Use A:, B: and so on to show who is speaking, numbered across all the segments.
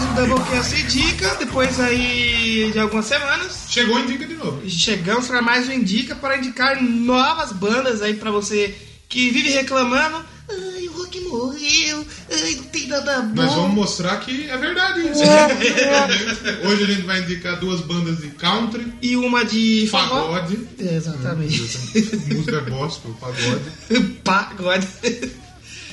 A: um Doublecast e Dica. Depois aí de algumas semanas,
B: Chegou em dica de novo.
A: chegamos para mais um Indica para indicar novas bandas aí para você que vive reclamando. Ai, o rock morreu, ai, não tem nada Tá bom.
B: Nós vamos mostrar que é verdade isso. Hoje a gente vai indicar duas bandas de country,
A: E uma de forró.
B: pagode.
A: É, exatamente.
B: Música é gospel, pagode.
A: Pagode.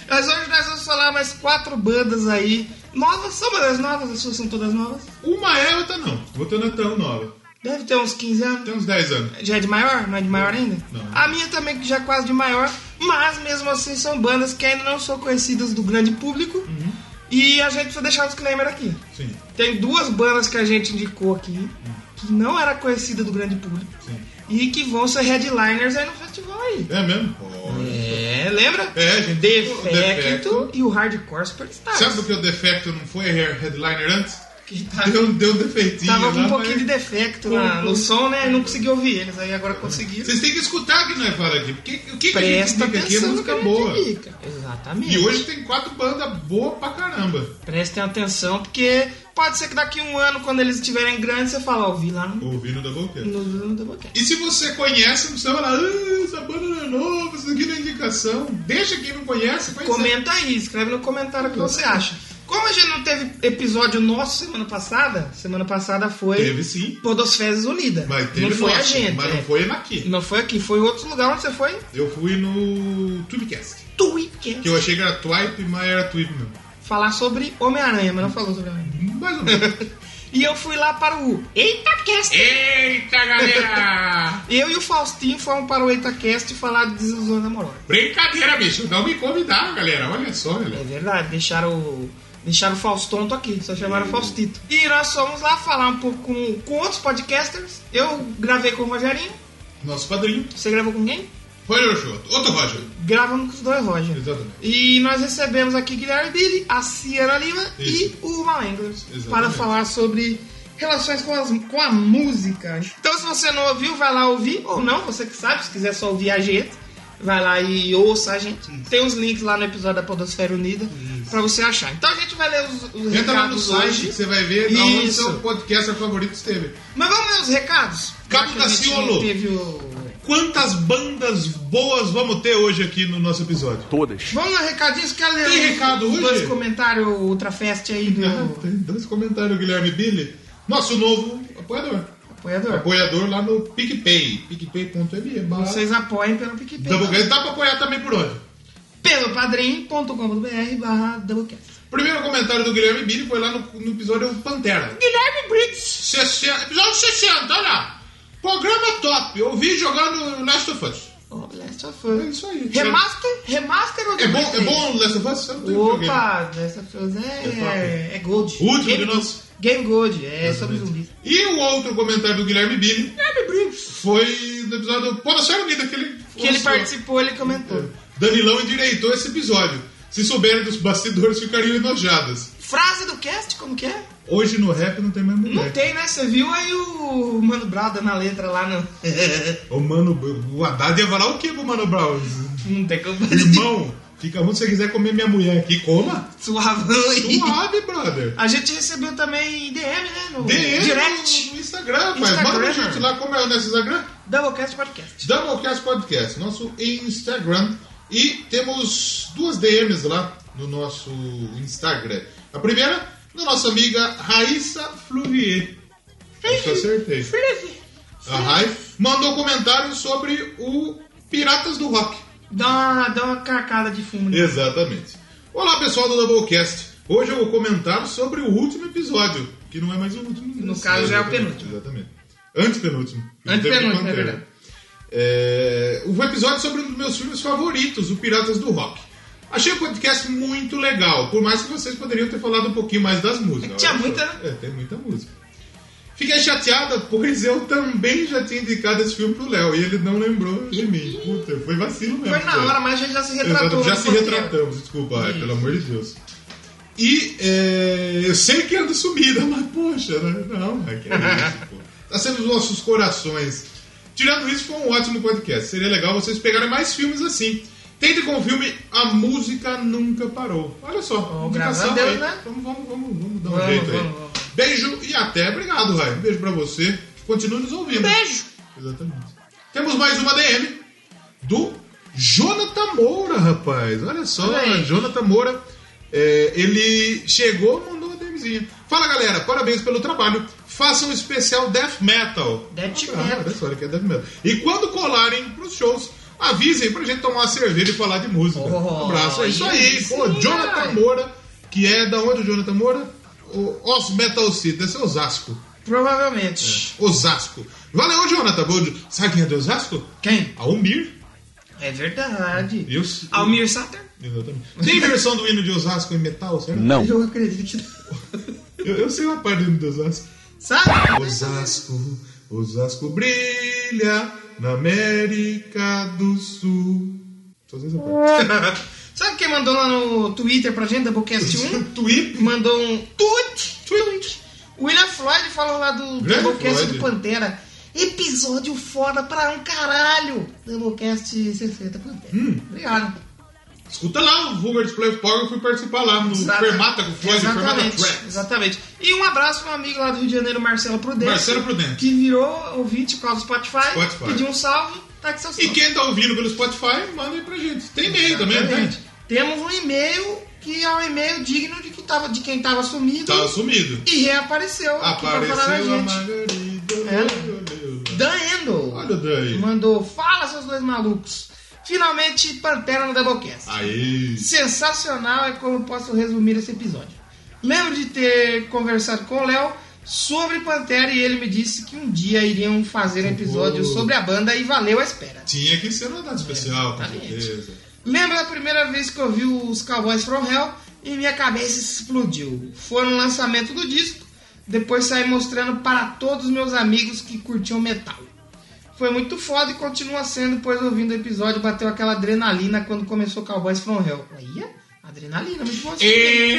A: Mas hoje nós vamos falar mais quatro bandas aí. Novas, são bandas novas, as suas são todas novas.
B: Uma é, outra não. Outra não é tão nova.
A: Deve ter uns 15 anos.
B: Tem uns 10 anos.
A: Já é de maior? Não é de maior ainda?
B: Não.
A: A minha também, que já é quase de maior. Mas mesmo assim são bandas que ainda não são conhecidas do grande público.
B: Uhum.
A: E a gente precisa deixar um disclaimer aqui.
B: Sim,
A: Tem duas bandas que a gente indicou aqui
B: Uhum.
A: que não era conhecida do grande público
B: sim.
A: e que vão ser headliners aí no festival aí.
B: É mesmo? Olha.
A: É, lembra?
B: É, gente. o
A: Defecto
B: Defecto.
A: e o Hardcore Superstars.
B: Sabe por que o defecto não foi headliner antes?
A: Que tá-
B: Deu, deu um defeitinho.
A: Tava com
B: lá, um
A: um pouquinho
B: mas-
A: de defeito na- no som, né? Não consegui ouvir eles, aí agora consegui.
B: Vocês têm que escutar o que nós falamos aqui. Porque o que, que a gente
A: Presta
B: indica aqui é
A: atenção no que
B: música
A: a
B: boa.
A: gente indica. Exatamente.
B: E hoje tem quatro bandas boas pra caramba.
A: Prestem atenção, porque pode ser que daqui um ano, quando eles estiverem grandes, você fala, ouvi lá no,
B: Ouvindo da boca.
A: no, no Doublecast.
B: E se você conhece, não precisa falar, "Ah, essa banda não é nova, isso aqui não é indicação. Deixa quem não conhece, é. conhecer.
A: Comenta aí, escreve no comentário o que você acha. Como a gente não teve episódio nosso semana passada, semana passada foi
B: Teve sim,
A: Podosfezes Unida.
B: mas teve
A: não foi
B: nosso,
A: a gente.
B: Mas
A: é.
B: não foi aqui.
A: Não foi aqui, foi outro lugar onde você foi?
B: Eu fui no Tubecast, que
A: Twitter.
B: eu achei que era Twipe, mas era Twipe mesmo.
A: Falar sobre Homem-Aranha, mas não falou sobre Homem-Aranha.
B: Mais ou menos.
A: E eu fui lá para o EitaCast.
B: Eita, galera!
A: Eu e o Faustinho fomos para o EitaCast falar de desilusões amorosas.
B: Brincadeira, bicho, não me convidar, galera. Olha só,
A: É
B: galera.
A: verdade, deixaram o, deixaram o Faustonto aqui, só chamaram o Faustito. E nós fomos lá falar um pouco com, com outros podcasters. Eu gravei com o Rogerinho,
B: Nosso padrinho,
A: você gravou com quem?
B: Roger Shoto. Outro Roger.
A: Gravamos com os dois Roger.
B: Exatamente.
A: E nós recebemos aqui Guilherme Billy, a Ciara Lima
B: Isso.
A: e o Malengers
B: Exatamente.
A: para falar sobre relações com, as- com a música. Então, se você não ouviu, vai lá ouvir, ou não, você que sabe, se quiser só ouvir a gente, vai lá e ouça a gente. Tem os links lá no episódio da Podosfera Unida para você achar. Então, a gente vai ler os, os
B: Entra lá no
A: recados
B: site,
A: hoje.
B: que você vai ver da onde
A: Isso.
B: seu podcast favorito esteve.
A: Mas vamos ler os recados?
B: Cabo
A: Já que
B: da
A: a gente
B: Ciolo.
A: não Teve o...
B: Quantas bandas boas vamos ter hoje aqui no nosso episódio?
C: Todas.
A: Vamos lá, recadinhos, quer ler
B: Tem
A: os-
B: recado
A: os dois
B: hoje?
A: comentários Ultra Fest aí do
B: Ah, Tem dois comentários, Guilherme Billy. Nosso novo apoiador.
A: apoiador?
B: Apoiador lá no PicPay. PicPay.me. barra-
A: Vocês apoiem pelo PicPay.
B: Doublecast. Dá pra apoiar também por onde?
A: Pelo padrim.com.br barra Doublecast.
B: Primeiro comentário do Guilherme Billy foi lá no, no episódio Pantera.
A: Guilherme Briggs.
B: 60, episódio 60, olha lá. Programa top. Eu vi jogando Last of Us.
A: Oh, Last of
B: É
A: Us.
B: isso aí.
A: Remaster? Remaster ou
B: É bom, é
A: Doublecast?
B: bom Last of Us? Eu não tenho videogame.
A: Opa, Last of Us
B: É top.
A: é, é, é Gold.
B: Último
A: Game,
B: de nós.
A: Game Gold, é sobre zumbis.
B: E o outro comentário do Guilherme Billy foi no episódio Podosfera Unida, que ele,
A: Que ele
B: mostrou.
A: participou, ele comentou.
B: É. Danilão endireitou esse episódio. Se souberem dos bastidores, ficariam enojadas.
A: Frase do cast, como que é?
B: Hoje no rap não tem mais mulher.
A: Não tem, né? Você viu aí o Mano Brown dando a letra lá no...
B: Ô, mano, o Haddad ia falar o que pro Mano Brown?
A: Não tem como fazer.
B: Irmão, fica ruim se você quiser comer minha mulher aqui. Coma?
A: Suavão aí.
B: Suave, brother.
A: A gente recebeu também DM, né? No
B: DM
A: Direct.
B: no, no Instagram, mas
A: Instagram.
B: manda pra gente lá como é o nosso Instagram.
A: Doublecast Podcast.
B: Doublecast Podcast, nosso Instagram. E temos duas DMs lá no nosso Instagram. A primeira, da nossa amiga Raíssa Fluvier. Acho que eu acertei. A Rai mandou um comentário sobre o Piratas do Rock.
A: Dá uma, dá uma carcada de fumo. né?
B: Exatamente. Olá, pessoal do Doublecast. Hoje eu vou comentar sobre o último episódio, que não é mais o último.
A: No
B: né?
A: caso, já é o
B: Exatamente,
A: penúltimo.
B: Exatamente. Antes penúltimo.
A: Antepenúltimo, é verdade.
B: É, o episódio sobre um dos meus filmes favoritos, o Piratas do Rock. Achei o podcast muito legal, por mais que vocês poderiam ter falado um pouquinho mais das músicas.
A: Tinha
B: Olha só.
A: muita, né?
B: É, tem muita música. Fiquei chateada, pois eu também já tinha indicado esse filme pro Léo e ele não lembrou de mim. Puta, foi vacilo mesmo.
A: Foi na
B: velho.
A: hora, mas a gente já se
B: Exato,
A: retratou. né,
B: já
A: no
B: se
A: roteiro.
B: retratamos, desculpa, ai, pelo amor de Deus. E é, eu sei que ando sumida, mas poxa, né? não, é que é isso, pô. Tá sendo os nossos corações. Tirando isso, foi um ótimo podcast. Seria legal vocês pegarem mais filmes assim. Tente com o filme A Música Nunca Parou. Olha só,
A: Ó,
B: indicação
A: graças a
B: aí.
A: Deus, né?
B: Vamos, vamos, vamos, vamos dar um
A: Vamos,
B: jeito aí.
A: vamos, vamos.
B: Beijo e até. Obrigado, Rai. Um beijo pra você. Continue nos ouvindo.
A: Beijo.
B: Exatamente. Temos mais uma DM do Jonathan Moura, rapaz. Olha só,
A: Olha aí.
B: Jonathan Moura. é, ele chegou e mandou uma DMzinha. Fala galera, parabéns pelo trabalho. Façam um especial Death Metal.
A: Death
B: Ah,
A: Metal.
B: Olha só, ele quer Death Metal. E quando colarem pros shows, avisem pra gente tomar uma cerveja e falar de música.
A: Oh,
B: um abraço. É isso
A: aí
B: aí. Pô,
A: sim,
B: Jonathan
A: ai.
B: Moura, que é da onde o Jonathan Moura? O Os Metal City, esse é Osasco.
A: Provavelmente.
B: Osasco. Valeu, Jonathan. Bom dia. Sabe quem é do Osasco?
A: Quem?
B: Almir.
A: É verdade.
B: Eu,
A: Almir Sater?
B: Exatamente. Tem versão do hino de Osasco em metal, certo?
C: Não.
A: Eu acredito.
B: Eu, eu sei uma parte do hino de Osasco.
A: Sabe?
B: Osasco, Osasco brilha na América do Sul. Só sei essa parte.
A: Sabe quem mandou lá no Twitter pra gente, da Bookcast 1?
B: Tweet.
A: Mandou um tweet. tweet. O William Floyd falou lá do
B: Grande
A: Doublecast
B: Floyd.
A: do Pantera. Episódio foda pra um caralho. Doublecast 60 Pantera.
B: Hum.
A: Obrigado.
B: Escuta lá o Vulgar Display Power, eu fui participar lá no
A: Exata-
B: Fermata com o Floyd, Fermata
A: Exatamente,
B: Tracks.
A: exatamente. E um abraço pro amigo lá do Rio de Janeiro, Marcelo Prudente.
B: Marcelo Prudente.
A: Que virou ouvinte por causa do Spotify.
B: Spotify.
A: Pediu um salve, tá aqui seu salve.
B: E quem tá ouvindo pelo Spotify, manda aí pra gente. Tem e-mail também, né? não tem?
A: Exatamente. Temos um e-mail que é um e-mail digno de, que tava, de quem tava sumido
B: Tá sumido.
A: e reapareceu aqui pra falar da
B: tá Apareceu a
A: gente.
B: Margarida.
A: É.
B: olê, olê, olê.
A: Dan Endo
B: Olha o Dan aí.
A: mandou, fala seus dois malucos. Finalmente, Pantera no Doublecast.
B: Aí.
A: Sensacional é como posso resumir esse episódio. Lembro de ter conversado com o Léo sobre Pantera e ele me disse que um dia iriam fazer um episódio
B: Boa.
A: sobre a banda e valeu a espera.
B: Tinha que ser uma data especial, com
A: exatamente.
B: certeza.
A: Lembro da primeira vez que eu vi os Cowboys From Hell e minha cabeça explodiu. Foi no lançamento do disco, depois saí mostrando para todos os meus amigos que curtiam metal. Foi muito foda e continua sendo, pois ouvindo o episódio bateu aquela adrenalina quando começou Cowboys From Hell. Olha, adrenalina, muito bom.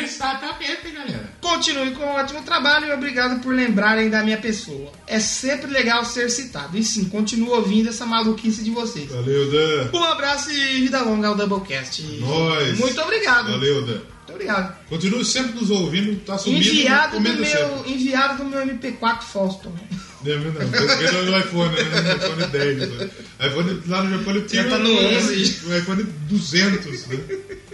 B: Exatamente, galera.
A: Continue com um ótimo trabalho e obrigado por lembrarem da minha pessoa. É sempre legal ser citado. E sim, continuo ouvindo essa maluquice de vocês.
B: Valeu, Dan.
A: Um abraço e vida longa ao Doublecast.
B: Nós.
A: Muito obrigado.
B: Valeu, Dan.
A: Muito obrigado.
B: Continue sempre nos ouvindo, tá subindo.
A: Enviado do,
B: comenta sempre.
A: meu, enviado do meu MP4 Foston.
B: Não, não, não. Tô esquecendo do iPhone, né? No iPhone 10. Né? iPhone, lá no Japão ele tinha.
A: Já tá no
B: um-
A: 11.
B: Um iPhone 200, né?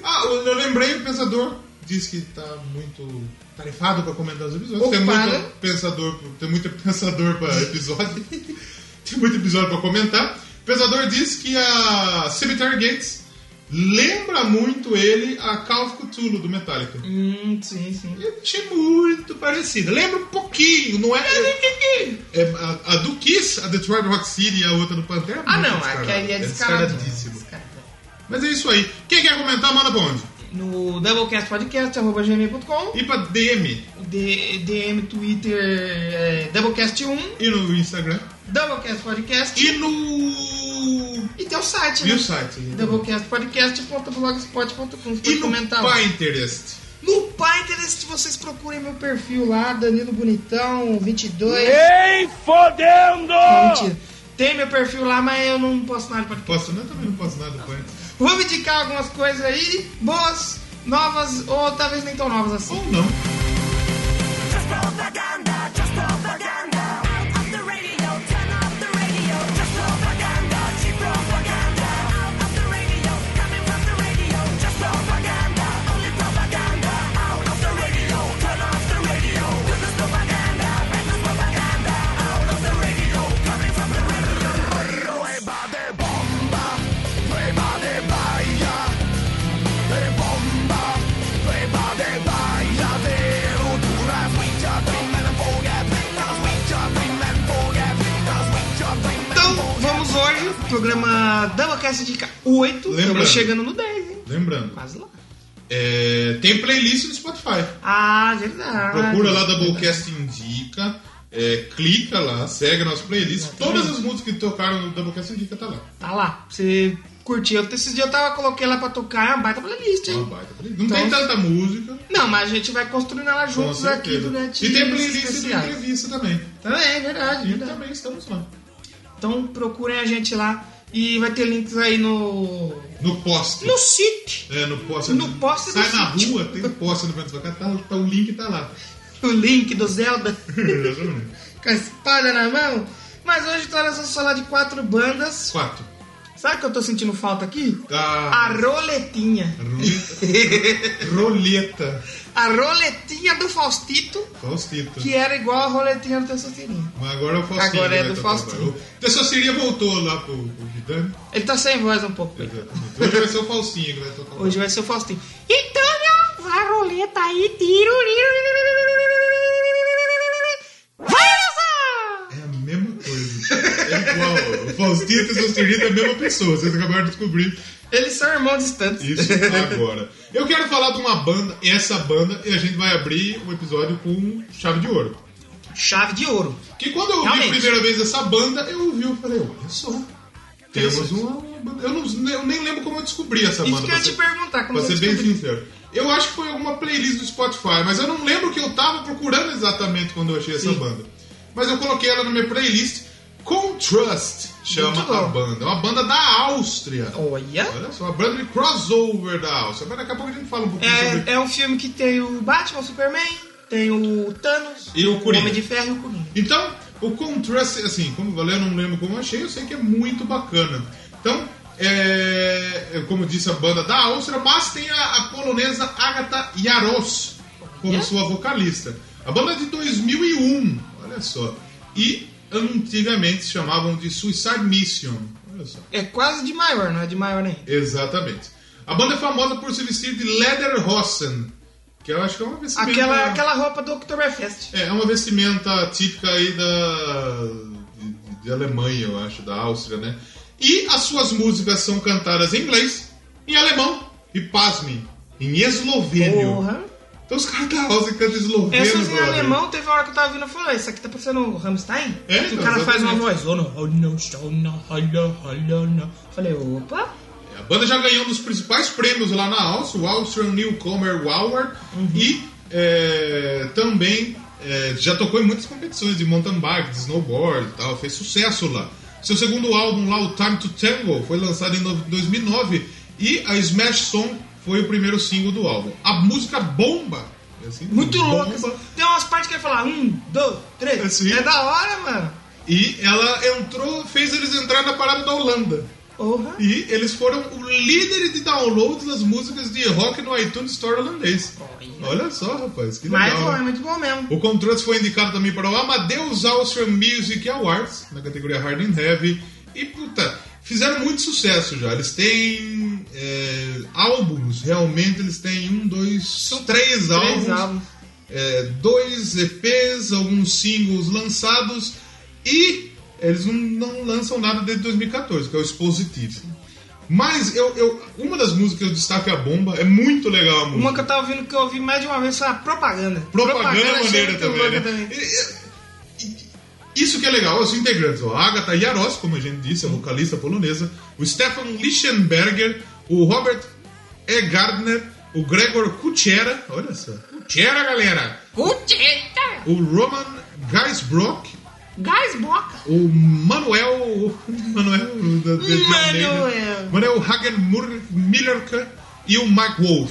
B: Ah, eu eu lembrei, o Pensador disse que tá muito tarefado pra comentar os episódios. Tem
A: Ocupado.
B: muito, pensador, tem muito pensador pra episódio. tem muito episódio pra comentar. O Pensador disse que a Cemetery Gates lembra muito ele a Call of Cthulhu do Metallica.
A: Hum, sim, sim.
B: Eu achei muito parecida. Lembra um pouquinho, não é? É, a, a do Kiss, a Detroit Rock City e a outra do Pantera. é
A: Ah,
B: muito
A: não,
B: descarada.
A: aquele é
B: É
A: descaradinho.
B: descaradíssimo.
A: Descaradinho.
B: Mas é isso aí. Quem quer comentar, manda pra onde?
A: No doublecastpodcast.gmail.com,
B: E pra DM
A: D- DM, Twitter, é, Doublecast1,
B: e no Instagram
A: Doublecast Podcast
B: e no.
A: e tem o site,
B: E
A: né?
B: o site. gente.
A: Doublecastpodcast.blogspot.com
B: E
A: e
B: no
A: comentar. um. lá.
B: Pinterest.
A: No Pinterest vocês procurem meu perfil lá, Danilo Bonitão 22.
C: Nem fodendo!
A: Não, mentira. Tem meu perfil lá, mas eu não posto nada para
B: Posso, não, também não posso nada do Pinterest.
A: Vou me indicar algumas coisas aí, boas, novas ou talvez nem tão novas assim.
B: Ou não.
D: Just propaganda, just propaganda. Out of the radio, turn off the radio. Just propaganda, cheap propaganda. Out of the radio, coming from the radio. Just propaganda, only propaganda. Out of the radio, turn off the radio. This is propaganda, this is propaganda. Out of the radio, coming from the radio. Nueva de bomba, nueva de bahía. De bomba, nueva de bahía de Honduras. We just remember forget, because we just remember forget, because we just remember
A: Então, vamos hoje, programa Doublecast Indica 8.
B: Lembrando.
A: Estamos chegando no 10, hein?
B: Lembrando,
A: Quase lá.
B: é, tem playlist no Spotify.
A: Ah, verdade.
B: Procura lá da Doublecast Indica, é, clica lá, segue a nossa playlist. Todas as músicas que tocaram no Doublecast Indica tá lá.
A: Tá lá, pra você curtir. Eu, esses dias eu tava, coloquei lá pra tocar, é uma baita playlist,
B: Uma
A: hein?
B: baita playlist. Não
A: Então-
B: tem tanta música.
A: Não, mas a gente vai construindo ela
B: Com
A: juntos aqui
B: certeza.
A: durante
B: E tem
A: os
B: playlist Então. de
A: especiais.
B: entrevista também.
A: Também, é verdade,
B: E
A: verdade.
B: também estamos lá.
A: Então procurem a gente lá E vai ter links aí no.
B: No poste.
A: No site.
B: É, no poste.
A: No poste
B: Sai
A: do
B: na
A: sítio.
B: rua, tem um poste no canto da sua casa, tá, tá, o link tá lá.
A: O link do Zelda.
B: Exatamente.
A: com a espada na mão. Mas hoje então, nós vamos falar de quatro bandas.
B: Quatro.
A: Sabe o que eu tô sentindo falta aqui? A
B: Tá.
A: roletinha.
B: Roleta. Roleta.
A: A roletinha do Faustito,
B: Faustito.
A: que era igual a roletinha do Testosterinho.
B: Mas agora é o Faustito.
A: Agora é
B: né,
A: do
B: tá
A: Faustino.
B: falando. O Tessociria voltou lá pro, pro Vidani.
A: Ele tá sem voz um pouco.
B: Exatamente. Hoje vai ser o Faustinho que vai tocar.
A: Hoje vai ser o Faustinho. Então, meu, vai a roleta aí, tiro. Vai,
B: É a mesma coisa. É igual. O Faustito e o Tessociria é a mesma pessoa. Vocês acabaram de descobrir
A: Eles são irmãos distantes.
B: isso agora. Eu quero falar de uma banda, essa banda, e a gente vai abrir um episódio com chave de ouro.
A: Chave de ouro.
B: Que quando eu ouvi a
A: Realmente.
B: primeira vez essa banda, eu ouvi, eu falei, olha só. Temos uma. banda. Eu, não, eu nem lembro como eu descobri essa banda.
A: Isso que eu ia
B: pra
A: te
B: ser-
A: perguntar. Como
B: Pra
A: você
B: ser é bem
A: descobriu.
B: sincero. Eu acho que foi alguma playlist do Spotify, mas eu não lembro o que eu tava procurando exatamente quando eu achei essa
A: Sim.
B: banda. Mas eu coloquei ela na minha playlist. Contrast chama
A: Muito bom.
B: a banda. É uma banda da Áustria.
A: Olha.
B: Olha só, uma banda de crossover da Áustria. Mas daqui a pouco a gente fala um pouquinho sobre.
A: É, é um filme que tem o Batman, o Superman, tem o Thanos,
B: E o Coringa.
A: Homem de Ferro e o Coringa.
B: Então, o Contrast, assim, como eu falei, eu não lembro como eu achei, eu sei que é muito bacana. Então, é, é, como disse a banda da Áustria, mas tem a, a polonesa Agatha Jaros como
A: Yeah.
B: sua vocalista. A banda é de 2001, olha só. E antigamente se chamavam de Suicide Mission, olha só.
A: É quase de maior, não é de maior ainda.
B: Exatamente. A banda é famosa por se vestir de Lederhosen, que eu acho que é uma vestimenta...
A: Aquela, aquela roupa do Oktoberfest.
B: É, é uma vestimenta típica aí da de, de Alemanha, eu acho, da Áustria, né? E as suas músicas são cantadas em inglês, em alemão e, pasmem, em eslovênio.
A: Porra.
B: Então os caras da Áustria cantam esloveno,
A: Essas em
B: brother.
A: alemão, teve uma hora que eu tava vindo e falei, isso aqui tá parecendo o Rammstein?
B: É,
A: que o cara
B: exatamente.
A: faz uma voz. "Oh, no, oh, no, oh, no, oh, no, oh, no, no." Falei, opa.
B: A banda já ganhou um dos principais prêmios lá na Áustria, o Austrian Newcomer Award, e é, também é, já tocou em muitas competições de mountain bike, de snowboard e tal, fez sucesso lá. Seu segundo álbum lá, o Time to Tango, foi lançado em no- 2009 e a Smash Song foi o primeiro single do álbum. A música bomba! assim,
A: Muito
B: bomba.
A: louco. assim. Tem umas partes que ele fala, um, dois, três.
B: Assim.
A: É da hora, mano.
B: E ela entrou, fez eles entrar na parada da Holanda.
A: Porra.
B: E eles foram o líder de download das músicas de rock no iTunes Store holandês.
A: Olha.
B: Olha só, rapaz, que
A: Mas
B: legal.
A: foi
B: né?
A: muito bom mesmo.
B: O Contrast foi indicado também para o Amadeus Austrian Music Awards, na categoria Hard and Heavy. E, puta, fizeram muito sucesso já. Eles têm é, álbuns, realmente eles têm um, dois, são três álbuns.
A: Três álbuns.
B: É, dois EPs, alguns singles lançados e eles não, não lançam nada desde 2014, que é o Expositivo. Mas eu, eu, uma das músicas que eu destaco é a bomba, é muito legal a música.
A: Uma que eu tava ouvindo que eu ouvi mais de uma vez foi a propaganda.
B: Propaganda é
A: achei
B: maneira
A: muito
B: também,
A: louca
B: né? E- e- Isso que é legal, os integrantes, ó, a Agatha Jaros, como a gente disse, a vocalista polonesa, o Stefan Lichtenberger, o Robert E. Gardner, o Gregor Kuchera, olha só, Kuchera, galera,
A: Puta!
B: o Roman Geisbrock,
A: Gás boca!
B: o Manuel. Manuel. da- da- de Almeida.
A: Manuel.
B: Manuel Hagenmur Millerka e o Mike Wolf.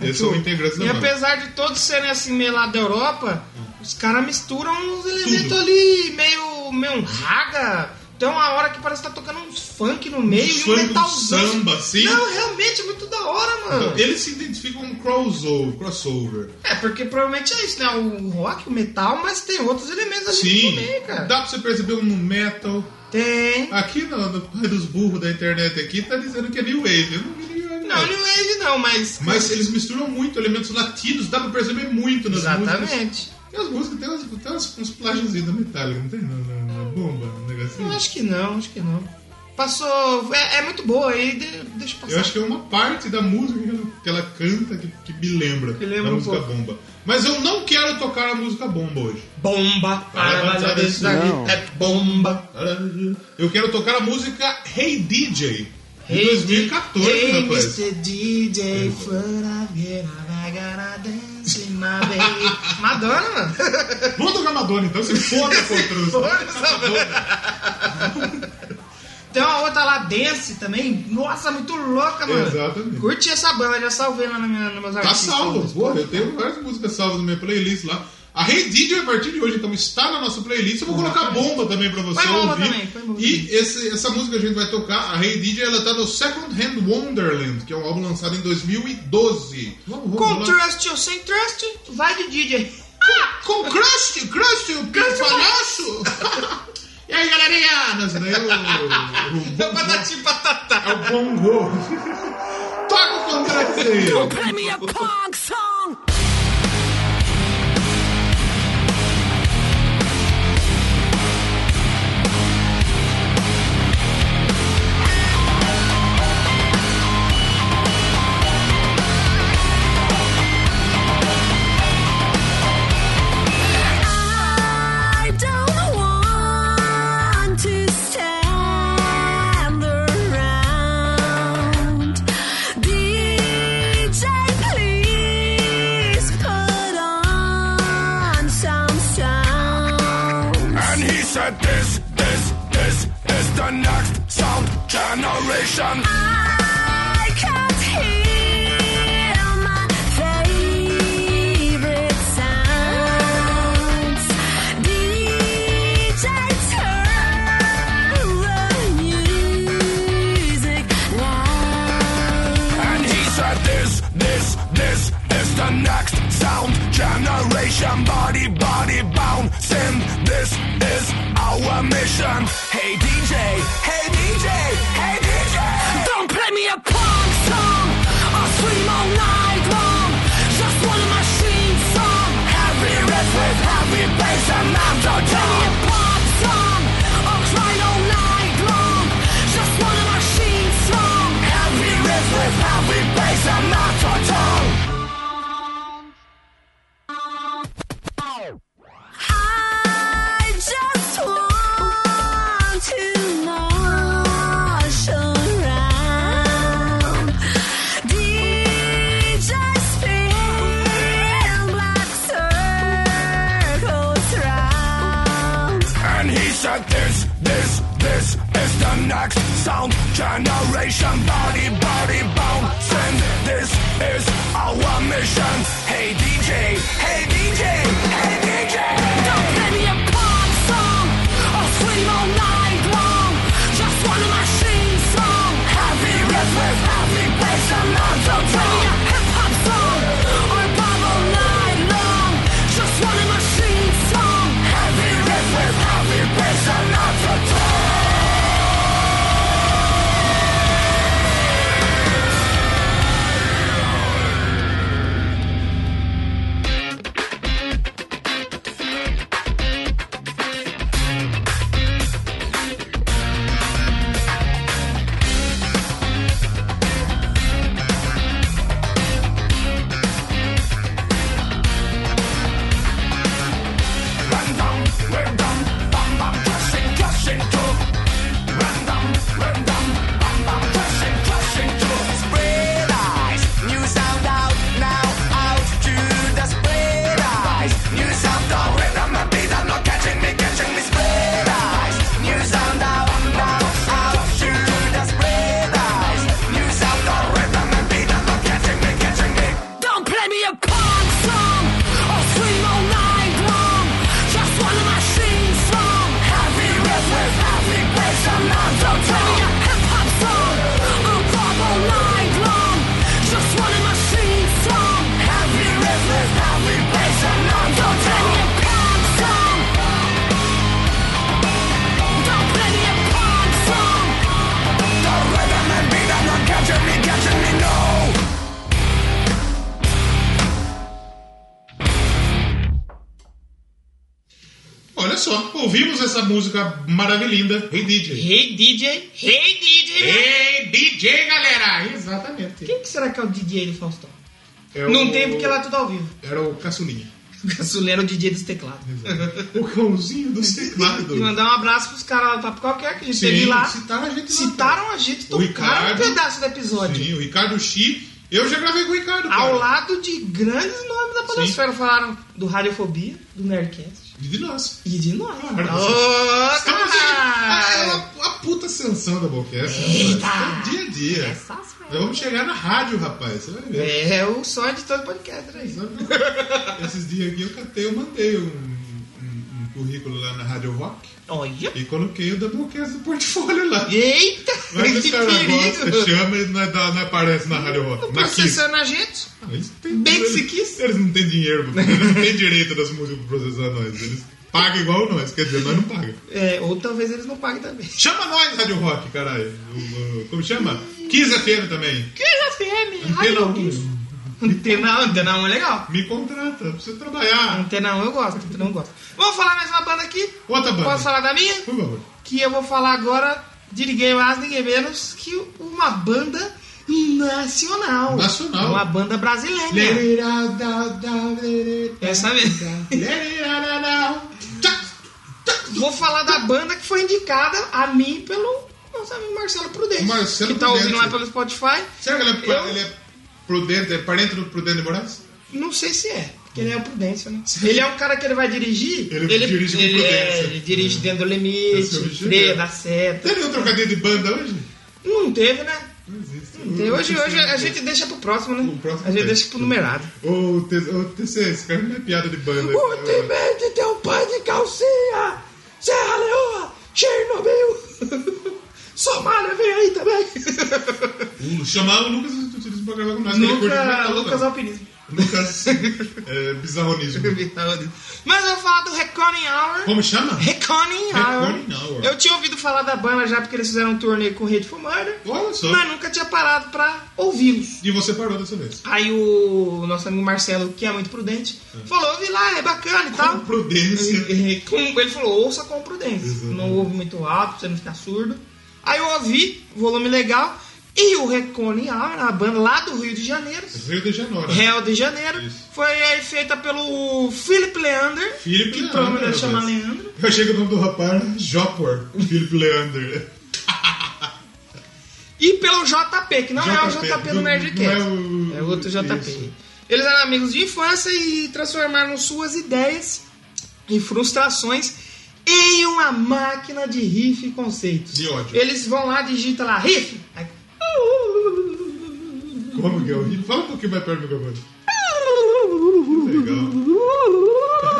B: é Eles são integrantes da
A: E
B: banda.
A: apesar de todos serem assim meio lá da Europa, os caras misturam uns elementos
B: Tudo.
A: ali, meio, meio um raga. Tem uma hora que parece que tá tocando uns funk no meio
B: Uns
A: e um
B: funk, um
A: metalzão.
B: samba, assim.
A: Não, realmente é muito da hora, mano.
B: Então, Eles se identificam como crossover. crossover.
A: É, porque provavelmente é isso, né? O rock, o metal, mas tem outros elementos ali
B: Sim,
A: no meio, cara.
B: dá pra você perceber um metal.
A: Tem.
B: Aqui no, no pai dos burros da internet aqui tá dizendo que é New Wave. Eu não vi New Wave.
A: Não, New Age não, mas.
B: Mas eles misturam muito elementos latinos, dá pra perceber muito nas músicas.
A: Exatamente.
B: Tem as músicas, tem, umas, tem umas, uns plágiozinhos da Metallica, não tem? Na, na- na bomba, um negocinho.
A: Eu acho que não, acho que não. Passou. É, é muito boa aí, de- deixa eu passar.
B: Eu acho que é uma parte da música que ela, que ela canta que, que me lembra,
A: Que lembra
B: da
A: um
B: música
A: pouco.
B: bomba. Mas eu não quero tocar a música bomba hoje.
A: Bomba!
B: Para,
A: para,
B: para,
A: desse daqui
E: não.
A: É bomba!
B: Eu quero tocar a música Hey DJ, de
A: Hey,
B: 2014,
A: hey,
B: rapaz.
A: Mr. DJ, Flora Vieira, vai gonna dance in my baby. Madonna, mano!
B: Vamos tocar Madonna então, se foda contra os.
A: Foda-se, mano. Tem uma outra lá, Dance também. Nossa, muito louca, mano.
B: Exatamente.
A: Curti essa banda, já salvei lá na minha, nos meus
B: Tá salvo, pô, eu tenho várias músicas salvas na minha playlist lá. A Rendidio, a partir de hoje, então, está na nossa playlist. Eu vou colocar bomba também pra você
A: Põe bomba
B: ouvir.
A: também, põe bomba
B: e esse- essa música que a gente vai tocar, a Rendidio, ela tá no Second Hand Wonderland, que é um álbum lançado em 2012. Vamos, vamos
A: Com
B: lá.
A: trust ou sem trust, vai de DJ.
B: Com Crust, Crust, é o
A: Crust,
B: palhaço. e aí, galerinha? Nossa, daí o- o-
A: Meu patati patatá.
B: É o Bongo. Toca o contraste aí.
D: Play me a punk song. I don't want to stand around. DJ, please put on some sound.
C: And he said, This, this, this is the next sound generation.
D: I can't hear my favorite sounds. DJ, turn the music loud.
C: And he said, This, this, this is the next sound generation. Body, body bouncing. This is our mission. Hey DJ, hey DJ, hey DJ.
D: Don't play me a punk song. I'll scream all night long. Just want a machine song.
C: Heavy riff with heavy bass and
D: Play me
C: autotune.
D: a pop song. I'll cry all night long. Just want a machine song.
C: Heavy riff with heavy bass and autotune.
D: I just want to march around. DJ spin black circles round.
C: And he said, This, this, this is the next sound generation. Body, body bouncing. This is our mission. Hey DJ, hey DJ, hey DJ.
D: Don't play me a pop song. I'll scream all night long. Just want a machine song.
C: Heavy riff with heavy bass and lots of
D: Play me a hip hop song. Or bob all night long. Just want a machine song.
C: Heavy riff with heavy bass and lots of tone. Random, random, bam bam, crashing, crashing too. Random, random, bam bam, crashing, crashing too.
E: Spread eyes, new sound out now, out to the spread eyes. New sound out, rhythm and beat are not catching me, catching me. Spread eyes, new sound out now, out to the spread eyes. New sound out, rhythm and beat are not catching me, catching me.
D: Don't play me a punk song. I'll scream all night long. Just want a machine song.
C: Heavy riff with heavy bass and lots of
D: Play
C: tone.
D: me a hip hop song. I'll bob all night long. Just want a machine song.
C: Heavy riff with heavy bass and lots of
D: Don't play
C: tone.
D: me a punk song. Don't play me a punk song.
C: The rhythm and beat are not catching me, catching me, no.
B: Olha só, ouvimos essa música maravilhosa. Hey DJ.
A: Hey DJ, hey DJ.
B: Hey DJ, galera! Exatamente.
A: Quem que será que é o DJ do Faustão?
B: É
A: Não
B: o-
A: tem porque lá é tudo ao vivo.
B: Era o caçulinha.
A: O Caçulê era o DJ dos teclados.
B: o cãozinho dos teclados.
A: E mandar um abraço pros caras lá do qualquer que a gente
B: Sim,
A: teve lá.
B: citaram a gente lá,
A: Citaram a gente,
B: O
A: tocaram um
B: Ricardo.
A: pedaço do episódio.
B: Sim, o Ricardo Xi. Eu já gravei com o Ricardo.
A: Ao
B: cara.
A: lado de grandes nomes da podosfera. Falaram do Radiofobia, do Nerdcast
B: E de nós.
A: e de nós.
B: Claro.
A: Ô,
B: Estamos aí. Ah, é
A: caralho!
B: uma, uma puta ascensão da Ballcast.
A: Eita!
B: rapaz. É dia a dia.
A: Essas
B: Nós vamos chegar na rádio, rapaz. Você vai ver.
A: É o sonho de todo podcast, né?
B: Sabe? Esses dias aqui eu catei, eu mandei um, um- um currículo lá na Rádio Rock
A: Olha.
B: e coloquei o Doublecast no portfólio lá.
A: Eita!
B: Mas
A: que
B: os caras gostam,
A: perigo!
B: chama e não, dá- não aparece na Rádio Rock. Na Kiss.
A: Processando a gente.
B: Ah, eles têm-
A: Bem que
B: eles-
A: se quis.
B: Eles não têm dinheiro, pra- eles não têm direito das músicas pra processar nós. Eles pagam igual nós, quer dizer, nós não pagamos.
A: É, ou talvez eles não paguem também.
B: Chama nós, Rádio Rock, caralho. O- o- Como chama? Kiss FM também.
A: Que já FM?
B: Pelo
A: Rádio Kiss. Antena 1, Antena 1 é legal.
B: Me contrata, eu preciso trabalhar.
A: Antena 1 eu gosto, Antena 1 eu gosto. Vamos falar mais uma banda aqui?
B: Outra banda.
A: Posso falar da minha?
B: Por favor.
A: Que eu vou falar agora de ninguém mais, ninguém menos que uma banda nacional.
B: Nacional.
A: Uma banda brasileira. Essa mesmo. Vou falar da banda que foi indicada a mim pelo nosso amigo Marcelo Prudente.
B: Marcelo
A: que tá
B: Prudente.
A: ouvindo lá pelo Spotify.
B: Será que ele é,
A: Eu-
B: ele é prudente, é parente do Prudente de Moraes?
A: Não sei se é, porque ele é o Prudência, né? Ele é um cara que ele vai dirigir.
B: Ele dirige com
A: ele,
B: prudência.
A: é, ele dirige dentro do
B: Esse é o
A: limite,
B: bicho
A: freia,
B: mesmo.
A: dá seta.
B: Teve um trocadilho de banda hoje?
A: Não teve, né?
B: Não existe.
A: Tem. Hoje, hoje a gente deixa pro próximo, né?
B: O próximo
A: a gente
B: tem.
A: deixa pro numerado.
B: Ô, T- ô, TC, esse cara não é piada de banda.
A: de teu pai um de calcinha! Serra Leoa! Chernobyl! Somália vem aí também!
B: Uh, Chamar o Lucas Tutismo pra gravar com nós. que ele curte
A: Lucas,
B: metal,
A: Lucas
B: não.
A: Alpinismo.
B: Lucas é, Bizarronismo.
A: Mas eu vou falar do Reconning Hour.
B: Como chama?
A: Reconning
B: Reconning Hour.
A: Hour. Eu tinha ouvido falar da banda já porque eles fizeram um turnê com o Rede Murder,
B: Olha só.
A: mas nunca tinha parado pra ouvi-los.
B: E você parou dessa vez.
A: Aí o nosso amigo Marcelo, que é muito prudente, falou: ouvi lá, é bacana e tal.
B: Com prudência.
A: Ele- com- ele falou: ouça com prudência.
B: Exatamente.
A: Não ouve muito alto, pra você não ficar surdo. Aí eu ouvi, volume legal. E o Reconning Hour, a banda lá do Rio de Janeiro,
B: Rio de Janeiro.
A: Real de Janeiro,
B: Isso.
A: foi aí feita pelo Philip Leander.
B: Felipe
A: que
B: Leandro,
A: todo mundo deve
B: rapaz.
A: chamar Leandro.
B: Eu achei que o nome do rapaz era Jopor, Felipe Leander.
A: E pelo JP, que não é o
B: JP,
A: JP do
B: não-
A: Nerdcast.
B: não é o-
A: É outro JP.
B: isso.
A: Eles eram amigos de infância e transformaram suas ideias e frustrações em uma máquina de riff e conceitos.
B: De ódio.
A: Eles vão lá, digita lá, riff. Aí-
B: Como que é o riff? Fala um pouquinho mais perto do microfone. Legal.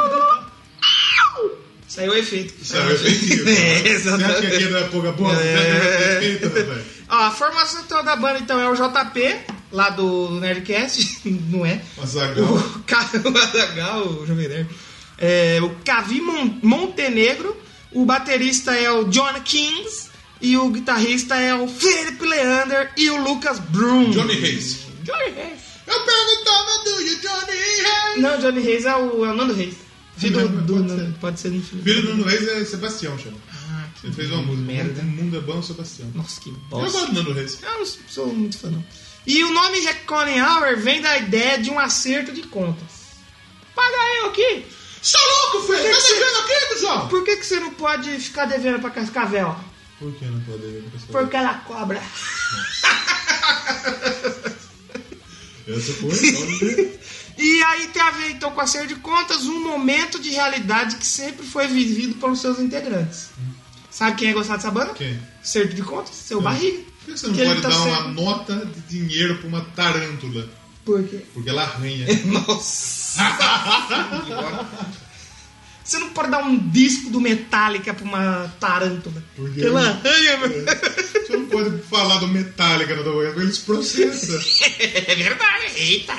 A: Saiu o efeito.
B: Sabe, é feitiço.
A: É,
B: Você acha que
A: exatamente.
B: aqui é da pouca boa? Você acha que é feito, rapaz?
A: Ó, a formação toda da banda então é o JP, lá do Nerdcast, não é?
B: Azaghal.
A: O Ca- o Azaghal, o Jovem Nerd. É, o Cavi Mon- Montenegro, o baterista é o John Kings e o guitarrista é o Felipe Leander e o Lucas Brum.
B: Johnny Reis.
A: Johnny Reis.
B: Eu perguntava do you, Johnny Reis.
A: Não, Johnny Reis é o, é o Nando Reis. Filho do, do
B: Pode
A: Nando-
B: ser.
A: pode ser do filho.
B: Filho do Nuno Reis é Sebastião, chama.
A: Ah, que
B: Ele fez uma música.
A: merda.
B: O mundo é bom, Sebastião.
A: Nossa, que
B: Eu
A: bosta.
B: gosto do Nuno Reis.
A: Eu não sou muito fã, não. E o nome Reconning Hour vem da ideia de um acerto de contas. Paga eu aqui!
B: Seu louco, Fê! Tá
A: que você-
B: devendo aqui, pessoal?
A: Por que, que você não pode ficar devendo pra Cascavel?
B: Por que não pode ver? pessoal?
A: Porque ela cobra.
B: Essa foi. olha.
A: E aí tem a ver, então, com acerto de contas, um momento de realidade que sempre foi vivido pelos seus integrantes. Sabe quem é gostar dessa banda?
B: Quem?
A: Acerto de contas, seu barriga.
B: Por que você não
A: Que ele
B: pode
A: tá
B: dar uma
A: sendo-
B: nota de dinheiro pra uma tarântula?
A: Por quê?
B: Porque ela arranha.
A: Nossa! Você não pode dar um disco do Metallica pra uma tarântula.
B: Por quê?
A: Ela arranha, meu.
B: Você não pode falar do Metallica no Doublecast, porque eles processam.
A: É verdade, eita!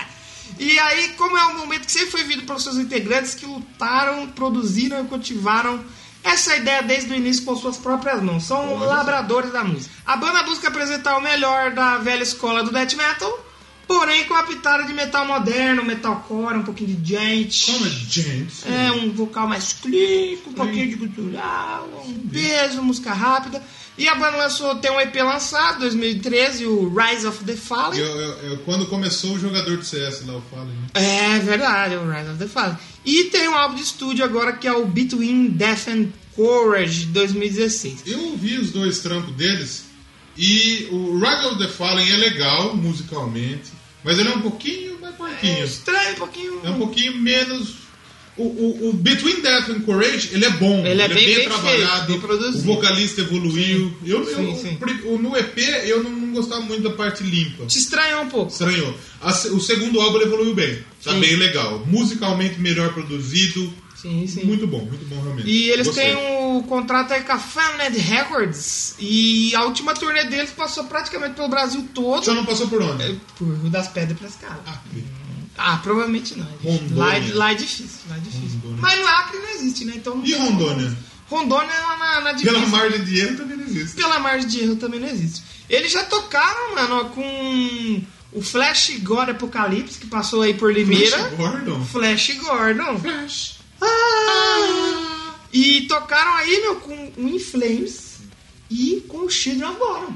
A: E aí, como é um momento que sempre foi vindo pelos seus integrantes que lutaram, produziram e cultivaram essa ideia desde o início com suas próprias mãos. São
B: Olha.
A: labradores da música. A banda busca apresentar o melhor da velha escola do death metal, porém com a pitada de metal moderno, metalcore, um pouquinho de gente.
B: Como é, gente?
A: É, um vocal mais clean, com um pouquinho de gutural, um peso, música rápida. E a banda lançou, tem um EP lançado, 2013, o Rise of the Fallen.
B: Eu, eu- eu- quando começou o jogador de CS lá, eu falo, né?
A: É verdade, o Rise of the Fallen. E tem um álbum de estúdio agora que é o Between Death and Courage 2016.
B: Eu ouvi os dois trampos deles e o Rise of the Fallen é legal musicalmente, mas ele é um pouquinho mais porquinho.
A: Estranho um pouquinho.
B: É um pouquinho menos O, o, o Between Death and Courage, ele é bom.
A: Ele é bem- bem feito,
B: trabalhado.
A: bem produzido.
B: o vocalista evoluiu. Eu, eu-
A: Sim, sim.
B: pri- o- no EP, eu não, não gostava muito da parte limpa.
A: Te estranhou um pouco.
B: Estranhou. A se- o segundo álbum ele evoluiu bem. Tá
A: Sim.
B: bem legal. Musicalmente melhor produzido.
A: Sim, sim.
B: Muito bom, muito bom realmente.
A: E eles
B: Gostei.
A: têm o contrato aí com a Famnet Records. E a última turnê deles passou praticamente pelo Brasil todo.
B: Só não passou por onde?
A: É, Por Rio das Pedras pra escala.
B: Ah, que-
A: um- Ah, provavelmente não. é difícil.
B: Rondônia.
A: Lá, é- lá é difícil, lá é difícil.
B: Rondônia.
A: Mas no Acre não existe, né? Então não
B: E
A: tem-
B: Rondônia?
A: Rondônia é lá na, na divisa.
B: Pela margem de tá erro também não existe.
A: Pela margem de erro também não existe. Eles já tocaram, mano, com o Flash God Apocalipse, que passou aí por Limeira.
B: Flash Gordon?
A: Flash Gordon.
B: Flash.
A: Ah! E tocaram aí, meu, com o In Flames e com o Children of Bottom.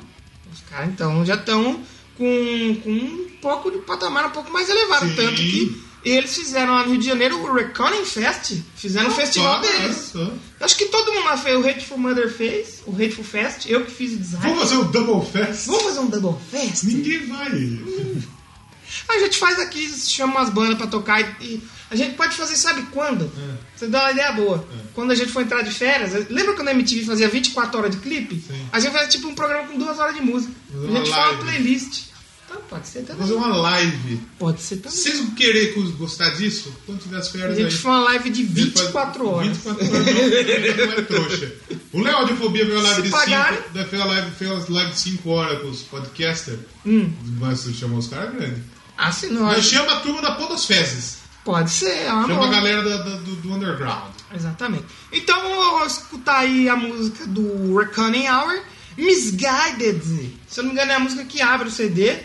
A: Os caras, então, já estão com, com um pouco de patamar um pouco mais elevado.
B: Sim.
A: Tanto que eles fizeram lá no Rio de Janeiro o Reconning Fest. Fizeram o festival
B: Olha
A: deles.
B: só.
A: Acho que todo mundo lá fez. O Hateful Mother fez, o Hateful Fest. Eu que fiz o design.
B: Vamos fazer o Double Fest?
A: Vamos fazer um Double Fest?
B: Ninguém vai.
A: A gente faz aqui, chama umas bandas pra tocar e, e a gente pode fazer, sabe quando?
B: É.
A: Você dá uma ideia boa. Quando a gente for entrar de férias, eh, lembra quando a MTV fazia 24 horas de clipe?
B: Sim.
A: A gente faz tipo um programa com duas horas de música.
B: Fazer
A: a
B: uma
A: gente faz uma
B: live.
A: playlist. Então pode ser
B: Vamos
A: também.
B: fazer uma live.
A: Pode ser também.
B: Se vocês querer cus- gostar disso, quando tiver as
A: a
B: férias
A: gente
B: aí.
A: faz uma live de
B: ele faz
A: 24 horas.
B: 24 horas não, não é trouxa. O Léo Audiofobia veio a live
A: Se né?
B: de
A: pagarem-
B: 5 fez a live, fez as live de 5 horas com os podcasters.
A: Hum.
B: Mas você chamou os caras grandes.
A: Ah, se não,
B: Mas chama a turma da Podas Fezes.
A: pode ser. É uma
B: Chama a
A: boa.
B: galera da- da- do, do Underground.
A: Exatamente. Então vamos escutar aí a música do Reckoning Hour, Misguided. Se eu não me engano, é a música que abre o CD. É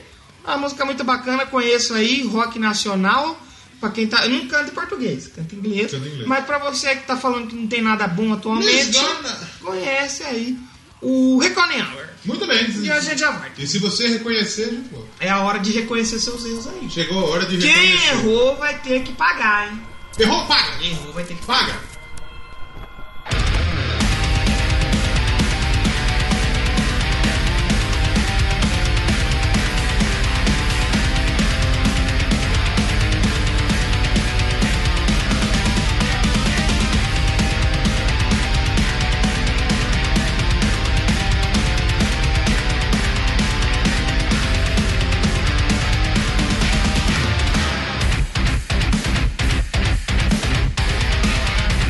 A: uma música muito bacana, conheço aí, rock nacional. Pra quem tá. Eu não canto em português, canto em inglês.
B: Canto em inglês.
A: Mas pra você que tá falando que não tem nada bom atualmente,
B: Misguided.
A: conhece aí o Reckoning Hour.
B: Muito bem.
A: E a gente já vai.
B: E se você reconhecer, a gente volta.
A: É a hora de reconhecer seus erros aí.
B: Chegou a hora de
A: Quem
B: reconhecer.
A: errou vai ter que pagar, hein?
B: Errou, paga!
A: Errou vai ter que pagar.
B: Paga!
F: Misguided,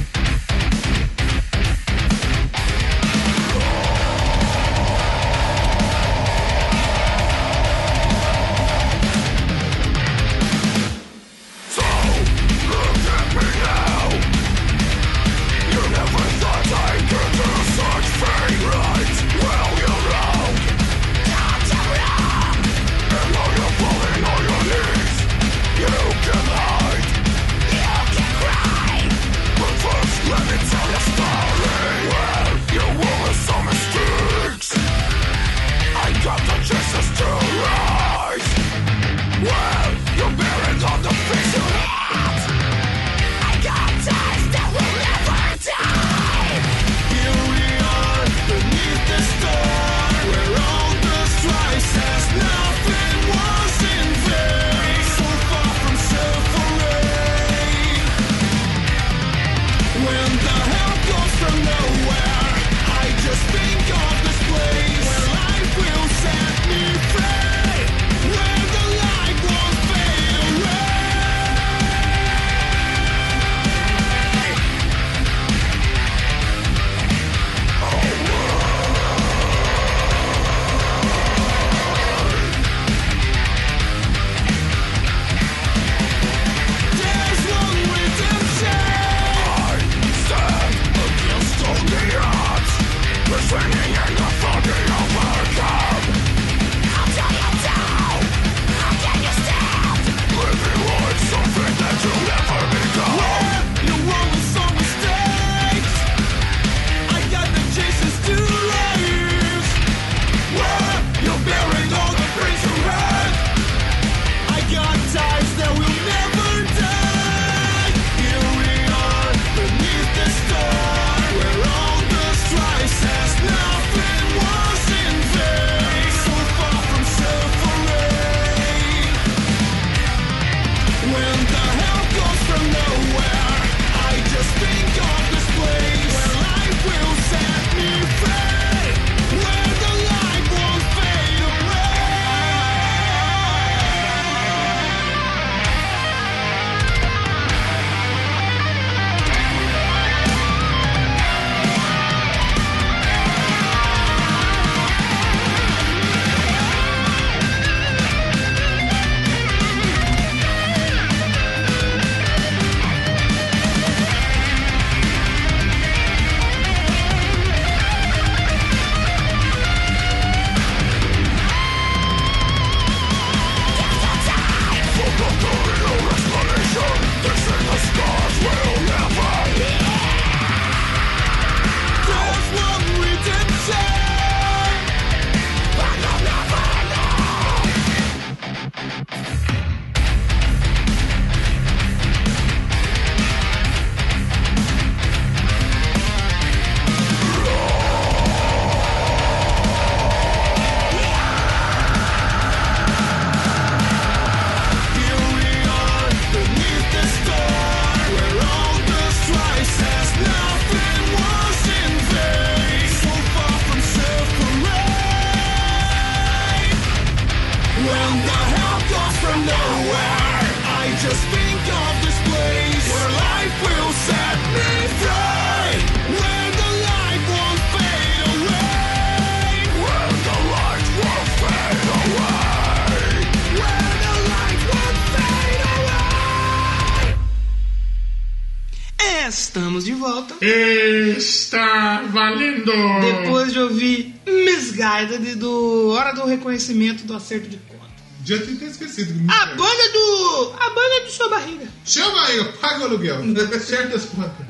B: É,
A: estamos de volta.
B: Está valendo!
A: Depois de ouvir Misguided do Hora do Reconhecimento do Acerto de Conta.
B: Já tinha até esquecido.
A: A banda do. A banda do sua barriga.
B: Chama aí, paga o aluguel. Certa as contas.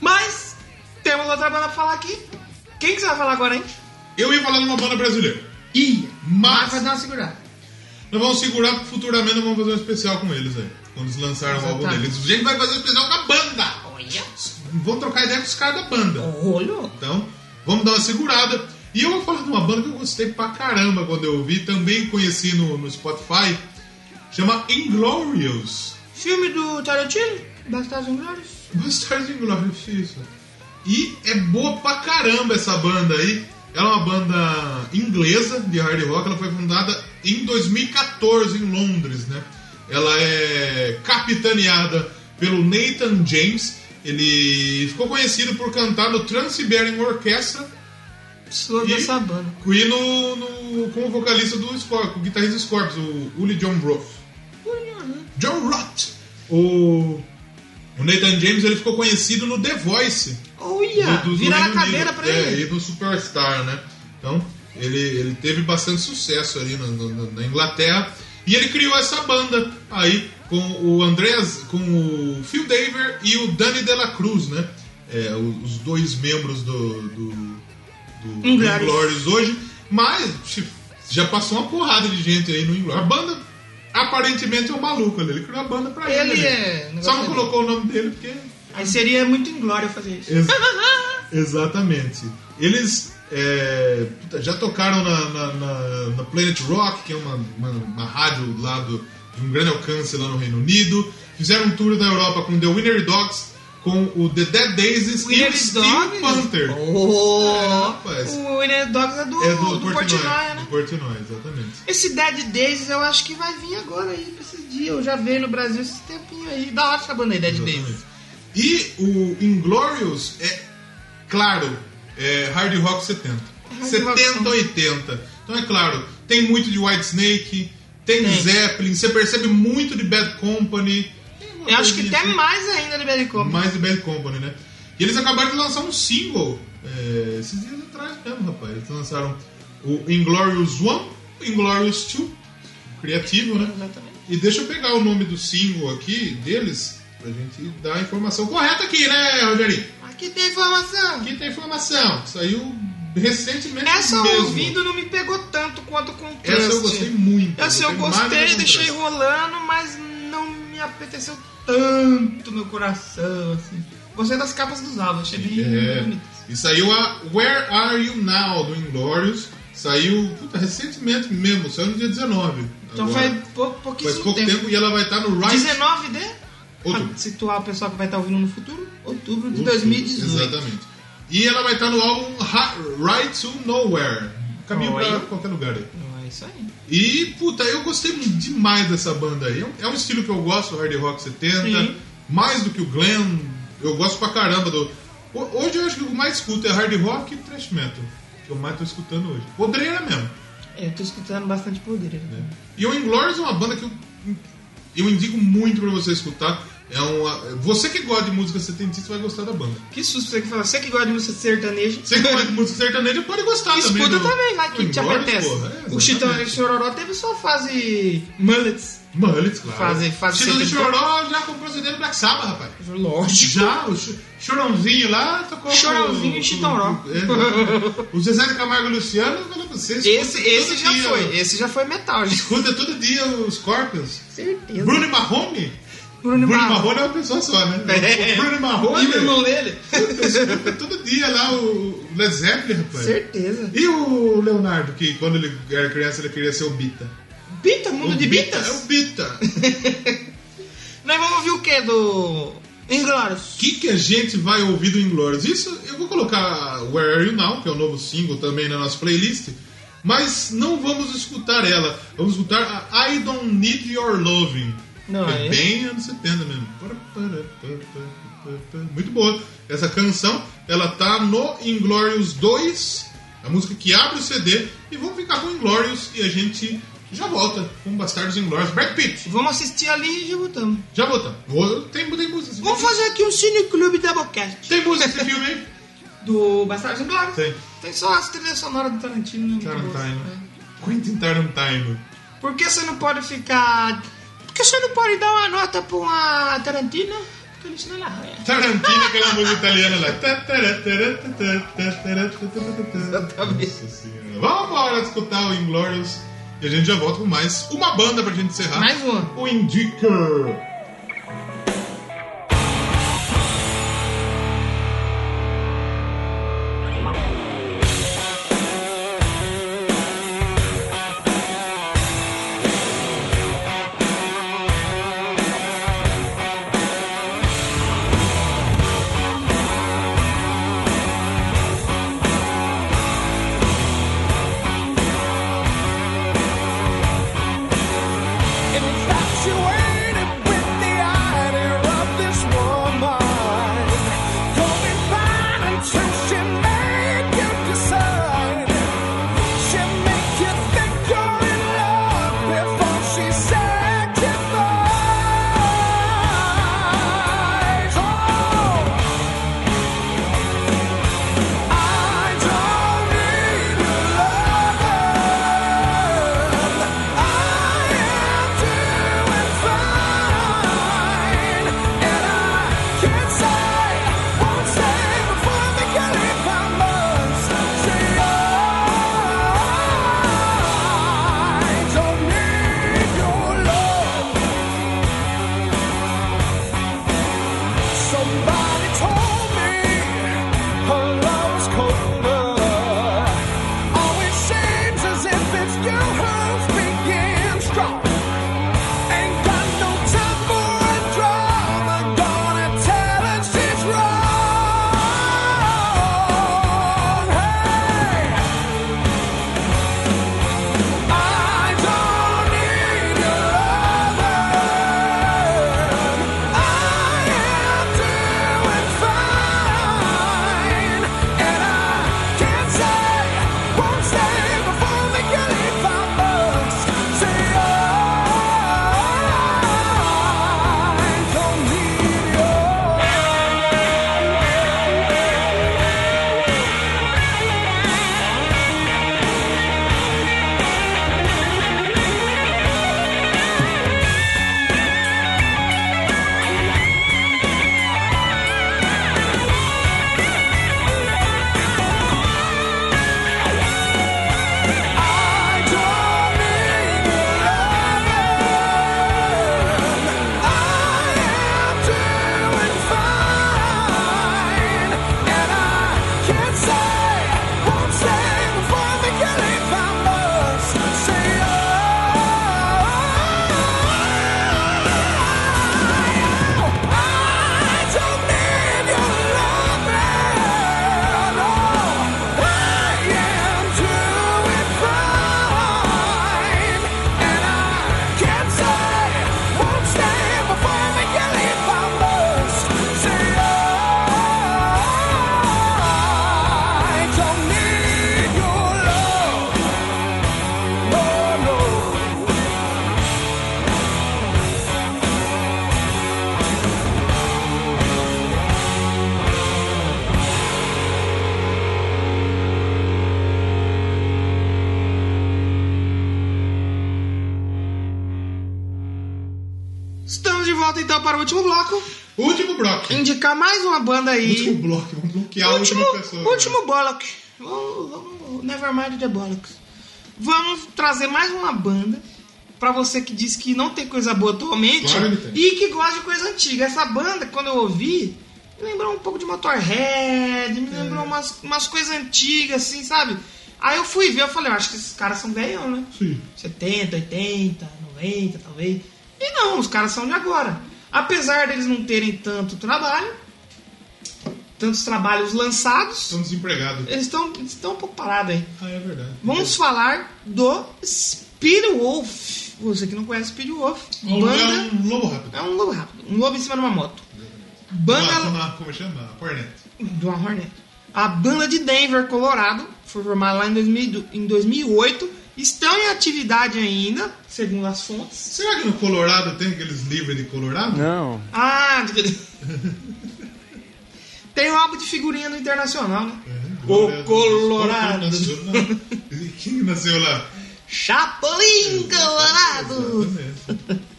A: Mas temos outra banda pra falar aqui. Quem que você vai falar agora, hein?
B: Eu ia falar de uma banda brasileira.
A: Ih,
B: Mas-
A: vai dar uma segurada.
B: Nós vamos segurar porque futuramente nós vamos fazer um especial com eles aí. Quando eles lançaram o álbum
A: Exatamente.
B: deles. A gente vai fazer um especial com a banda.
A: Olha.
B: Vamos trocar ideia com os caras da banda.
A: Olha.
B: Então, vamos dar uma segurada. E eu vou falar de uma banda que eu gostei pra caramba quando eu ouvi, também conheci no, no Spotify, chama Inglorious.
A: Filme do Tarantino? Bastardos Inglórios?
B: Bastardos Inglorious, isso. E é boa pra caramba essa banda aí. Ela é uma banda inglesa de hard rock, ela foi fundada em 2014 em Londres, né? Ela é capitaneada pelo Nathan James. Ele ficou conhecido por cantar no Trans-Siberian Orchestra
A: Sou
B: E-
A: dessa banda.
B: E no, no, como vocalista do Scorpions, com o guitarrista do Scorpions, o Uli John Roth. John Roth! O, o Nathan James ele ficou conhecido no The Voice.
A: Olha!
B: do- do- do
A: Viraram a
B: Reino
A: cadeira
B: Unido.
A: pra
B: é,
A: ele.
B: e no Superstar, né? Então, ele, ele teve bastante sucesso ali na, na- na Inglaterra. E ele criou essa banda aí com o Andreas, com o Phil Daver e o Danny De La Cruz, né? É, o- os dois membros do, do, do
A: Inglórious.
B: Inglórious hoje. Mas tipo, já passou uma porrada de gente aí no Inglórious. A banda aparentemente é um maluco ali. Ele criou a banda pra ele.
A: Ele
B: né?
A: é-
B: Só não colocou o nome dele porque
A: Aí seria muito inglório fazer isso.
B: Ex- Exatamente. Eles é, puta, já tocaram na, na- na- na Planet Rock, que é uma, uma, uma rádio lá do, de um grande alcance lá no Reino Unido. Fizeram um tour da Europa com The Winner Dogs, com o The Dead Daisies e o
A: Winner
B: Steel
A: Dogs?
B: Panther.
A: Oh,
B: É, rapaz.
A: o Winner Dogs é do,
B: É
A: do, Portnoy,
B: Do
A: né?
B: Portnoy, exatamente.
A: Esse Dead Days eu acho que vai vir agora aí pra esse dia. Eu já veio no Brasil esse tempinho aí. Da hora essa banda aí, Dead
B: Exatamente.
A: Days.
B: E o Inglorious é, claro, é hard rock 70.
A: Hard
B: 70,
A: rock.
B: 80. Então é claro, tem muito de White Snake, tem,
A: Tem.
B: Zeppelin, você percebe muito de Bad Company.
A: Eu acho que
B: tem. uma coisinha
A: até
B: assim.
A: mais ainda do Belly Company.
B: Mais de Bad Company, né? E eles acabaram de lançar um single é, esses dias atrás mesmo, rapaz. Eles lançaram o Inglorious 1, Inglorious 2, criativo, né?
A: Exatamente.
B: E deixa eu pegar o nome do single aqui deles, pra gente dar a informação correta aqui, né, Rogerinho?
A: Aqui tem informação.
B: Aqui tem a informação, saiu recentemente
A: Essa
B: mesmo.
A: ouvindo não me pegou tanto quanto com o
B: Essa eu
A: Trust.
B: gostei muito.
A: Essa eu
B: mais do
A: gostei,
B: que
A: deixei
B: Contraste.
A: rolando, mas não me apeteceu tanto meu coração, assim. Gostei das capas dos álbuns, achei bem bonitas.
B: É. E saiu a Where Are You Now, do Inglorious. Saiu, puta, recentemente mesmo, saiu no dia 19.
A: Então
B: agora.
A: faz pou-
B: Faz
A: pouquíssimo
B: pouco tempo.
A: tempo.
B: e ela vai estar no Rise...
A: 19 de.
B: Outubro.
A: Pra situar o pessoal que vai estar ouvindo no futuro, outubro de 2018.
B: Exatamente. E ela vai estar no álbum Ra- Right to Nowhere. Caminho
A: Oh,
B: pra
A: aí.
B: qualquer lugar aí.
A: Então É isso aí.
B: E, puta, eu gostei demais dessa banda aí. É um- É um estilo que eu gosto, hard rock 70.
A: Sim.
B: Mais do que o glam, eu gosto pra caramba do... Ho- Hoje eu acho que o que eu mais escuto é hard rock e thrash metal. Que eu mais tô escutando hoje. Podreira mesmo.
A: É, eu tô escutando bastante poder.
B: né? E o Inglourious é uma banda que eu, eu indico muito pra você escutar. É uma, você que gosta de música setentista vai gostar da banda.
A: Que susto você que fala, você que gosta de música sertaneja.
B: Você que gosta de música sertaneja pode gostar Ah, também.
A: Escuta
B: do-
A: também, vai que
B: do
A: te
B: Inglourious,
A: apetece. o
B: porra. É, exatamente.
A: Chitão de Chororó teve sua fase mullets.
B: Mullets, claro.
A: Fazer- fazer
B: Chitão de
A: setenta-
B: Choró já comprou CD do Black Sabbath, rapaz.
A: Lógico.
B: Já, o Cho- Chorãozinho lá tocou. com-
A: Chorãozinho e
B: com-
A: Chitão Ró.
B: é, exatamente. o Zezé de Camargo e o Luciano, eu falo pra você. escuta
A: Esse,
B: todo
A: esse já
B: dia, né?
A: foi, esse já foi metal, gente.
B: Escuta todo dia os Scorpions.
A: Certeza.
B: Bruno e Marrone?
A: Bruno,
B: Bruno
A: Marrone.
B: Marrone é uma pessoa só, né?
A: É.
B: O Bruno
A: E o irmão
B: Marrone.
A: dele?
B: escuta todo dia lá o Led Zeppelin, rapaz.
A: Certeza.
B: E o Leonardo, que quando ele era criança ele queria ser o Bita.
A: Bita, mundo
B: o
A: de
B: Bita
A: bitas?
B: É o Bita.
A: Nós vamos ouvir o que do. Inglórios?
B: O que, que a gente vai ouvir do Inglourious? Isso eu vou colocar Where Are You Now, que é o novo single também na nossa playlist, mas não vamos escutar ela. Vamos escutar a I Don't Need Your Loving.
A: Não,
B: é
A: é-
B: bem anos 70 mesmo. Muito boa. Essa canção, ela tá no Inglorious 2, a música que abre o CD, e vamos ficar com Inglorious e a gente Já volta com Bastardos Inglórios. Brad Pitt.
A: Vamos assistir ali e já voltamos.
B: Já volta. Vou- Tem, tem música esse
A: Vamos
B: filme?
A: fazer aqui um cineclube Doublecast.
B: Tem música esse filme aí?
A: Do Bastardos Inglórios.
B: Tem.
A: Tem só as trilhas sonoras do Tarantino. né? Muito boas,
B: Tarantino.
A: né?
B: Quentin Tarantino.
A: É. Por que você não pode ficar... Por que você não pode dar uma nota pra uma Tarantino? Porque ele senão ele arranha.
B: Tarantino, aquela música italiana lá. Tá, tará, tará, tá, tá, tá, tará, tá, tá, tá, tá.
A: Exatamente.
B: Nossa Senhora. Vamos embora escutar o Inglorious. E a gente já volta com mais uma banda pra gente encerrar.
A: Mais uma.
B: O Indica.
D: Infatuated with the idea of this woman, going blind until she made you decide. She make you think you're in love before she said goodbye. Oh. I don't need a lover. I am doing fine, and I can't say, won't say before I make any promise. See, I don't need your love. Somebody told me her love's colder. Always seems as if it's you who's being strong. Ain't got no time for a drama. Gonna tell her she's wrong. Hey, I don't need your lover. I am doing fine, and I can't say, won't say before they can leave my books. Say I don't need oh. your I don't need loving. I am doing fine, and I can't say, won't say before they can leave my books. Say I don't need your loving. I am doing fine, and I can't say, won't say before they can leave my books. Say "Oh, I don't need your love. No, no.
A: Estamos de volta então para o último bloco.
B: Último bloco.
A: Indicar mais uma banda aí.
B: Último bloco. Vamos bloquear é a
A: último,
B: última pessoa.
A: último Bollock. Vamos, vamos, Nevermind the Bollocks. Vamos trazer mais uma banda pra você que diz que não tem coisa boa atualmente
B: Claro que tem.
A: e que gosta de coisa antiga. Essa banda, quando eu ouvi, me lembrou um pouco de Motorhead, me lembrou
B: É.
A: umas, umas coisas antigas, assim, sabe? Aí eu fui ver, eu falei, eu acho que esses caras são velhão, né?
B: Sim.
A: 70, 80, 90, talvez. E não, os caras são de agora. Apesar deles não terem tanto trabalho, tantos trabalhos lançados,
B: Estão desempregados.
A: eles estão estão um pouco parados aí.
B: Ah, é verdade.
A: Vamos falar do Speed Wolf. Você que não conhece Speed Wolf,
B: Vamos
A: banda.
B: um lobo rápido.
A: É um lobo rápido, um lobo em cima de uma moto.
B: Uma-
A: Banda
B: uma- como é chama? A Cornet.
A: do Hornet. A banda de Denver, Colorado, foi formada lá em, 2000 em 2008 estão em atividade ainda, segundo as fontes.
B: Será que no Colorado tem aqueles livros de Colorado?
F: Não.
A: Ah, tem um álbum de figurinha no Internacional, né?
B: Glória a
A: O
B: Deus.
A: Colorado.
B: Nacional. E Quem nasceu lá?
A: Chapolin Colorado!
B: Exatamente.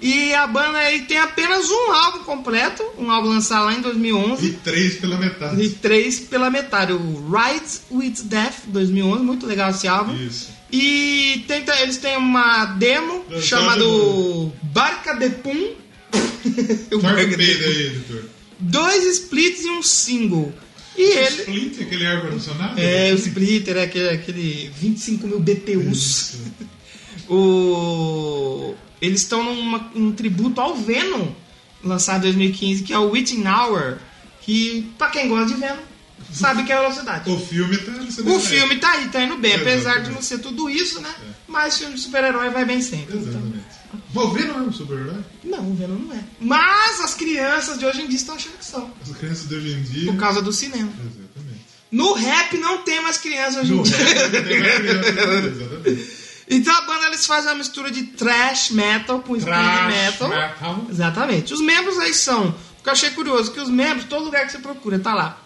A: E a banda aí tem apenas um álbum completo, um álbum lançado lá em 2011
B: E três pela
A: e
B: metade.
A: três pela metade, o Rides with Death 2011, muito legal esse álbum.
B: Isso.
A: E tem ta- eles têm uma demo
B: Lançada
A: chamada
B: no-
A: Barca de Pum. O
B: Torna o
A: Barca de
B: peito
A: Pum.
B: aí, editor.
A: Dois splits e um single. E ele.
B: Split, aquele ar-condicionado?
A: É, o Splitter, é aquele, aquele 25 mil BTUs.
B: Isso.
A: O... Eles estão numa- num um tributo ao Venom, lançado em 2015, que é o Witching Hour, que, pra quem gosta de Venom, sabe que é a velocidade.
B: O filme tá... nesse
A: O
B: desenho.
A: filme tá aí, tá indo bem, apesar de
B: Exatamente. É.
A: não ser tudo isso, né? Mas filme de super-herói vai bem sempre. Então,
B: Exatamente. Wolverine não é um super-herói?
A: não, o Venom não é. Mas as crianças de hoje em dia estão achando que são,
B: As crianças de hoje em dia...
A: por causa do cinema.
B: Exatamente.
A: No rap não tem mais crianças hoje em
B: No
A: dia.
B: resto, tem mais criança. Exatamente.
A: Então a banda eles fazem uma mistura de thrash metal com speed metal.
B: metal.
A: Exatamente. Os membros aí são. O que eu achei curioso, que os membros, todo lugar que você procura, tá lá.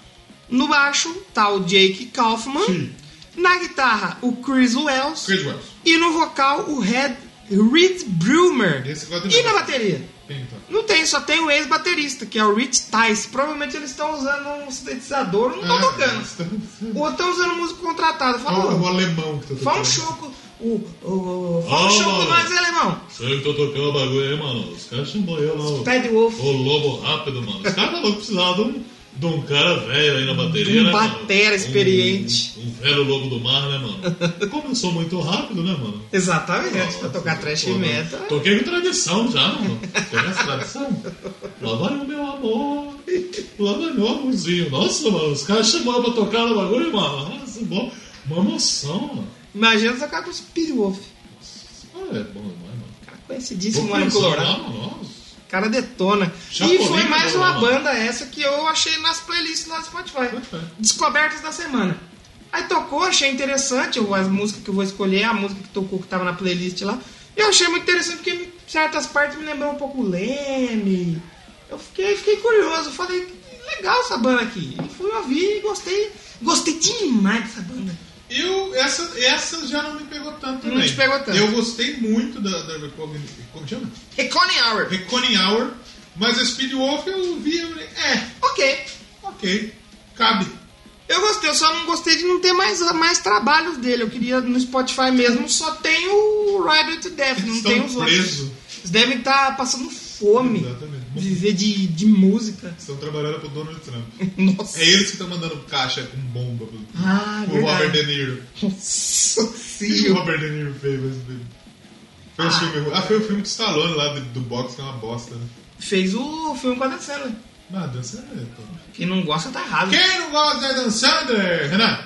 A: No baixo tá o Jake Kaufman.
B: Sim.
A: Na guitarra, o Chris Wells.
B: Chris Wells.
A: E no vocal, o Red, Reed Brumer.
B: Esse gosta de
A: E na
B: música.
A: bateria?
B: Quem tá?
A: Não tem, só tem o ex-baterista, que é o Rich Tice. Provavelmente eles estão usando um sintetizador, não
B: É. Ah,
A: estão tocando.
B: tocando.
A: Ou estão usando músico contratado. Fala,
B: tá- O alemão que tá tocando.
A: Fala um choco. O, o, o- fala um
B: Oh.
A: choco nós, alemão.
B: Sei que tô tocando o bagulho aí, mano. Os caras chamam eu lá. o-
A: Pede o ovo.
B: Ô lobo rápido, mano. Os caras tá louco precisar de um, de um cara velho aí na bateria,
A: De um
B: né? mano?
A: batera
B: Um-
A: experiente.
B: Um, velho lobo do mar, né, mano? Como eu sou muito rápido, né, mano?
A: Exatamente, pra tocar trash
B: Pô, né?
A: metal.
B: Toquei com tradição já, mano. Tem essa tradição? Lá vai o meu amor. Lá vai meu amorzinho. Nossa, mano, os caras chamaram pra tocar no bagulho, mano. Nossa, bom. Uma emoção, mano.
A: Imagina tocar com o Speed Wolf.
B: Isso É bom demais, mano.
A: Cara
B: Vou
A: conhecidíssimo lá no
B: pensar
A: Colorado.
B: lá, mano. Nossa.
A: O cara detona.
B: Chapolin
A: e foi mais
B: do
A: uma
B: Colorado.
A: banda essa que eu achei nas playlists lá do Spotify.
B: Spotify.
A: Descobertas da semana. Aí tocou, achei interessante. eu- As músicas que eu vou escolher, é a música que tocou que tava na playlist lá. E eu achei muito interessante porque em certas partes me lembrou um pouco o Leme. Eu fiquei, fiquei curioso. Falei, "Que legal essa banda aqui. E fui ouvir e gostei. Gostei demais dessa banda.
B: Eu, essa, essa já não me pegou tanto
A: Não
B: também.
A: te pegou tanto.
B: Eu gostei muito da, da Reckoning, como chama?
A: Recone Hour.
B: Reckoning Hour, mas a Speed Wolf eu vi e falei, é,
A: Ok.
B: ok, cabe.
A: Eu gostei, eu só não gostei de não ter mais, mais trabalhos dele. Eu queria no Spotify mesmo, só tem o Rider to Death, não
B: Estão
A: tem os
B: presos.
A: outros. Eles devem estar passando fome.
B: Exatamente.
A: Viver de, de música.
B: Estão trabalhando pro Donald Trump.
A: Nossa.
B: É eles que estão mandando caixa com bomba pro,
A: Ah,
B: pro
A: verdade.
B: Robert De Niro.
A: Nossa
B: O que que o
A: senhora.
B: Robert De Niro fez? esse filme? Foi esse
A: Ah.
B: filme ruim. Ah, foi o filme do Stallone lá do, do boxe, que é uma bosta, né?
A: Fez o filme com a Dan Sandler.
B: Ah, dança é, pô.
A: Quem não gosta tá errado.
B: Quem não gosta da Dan Sandler, Renan?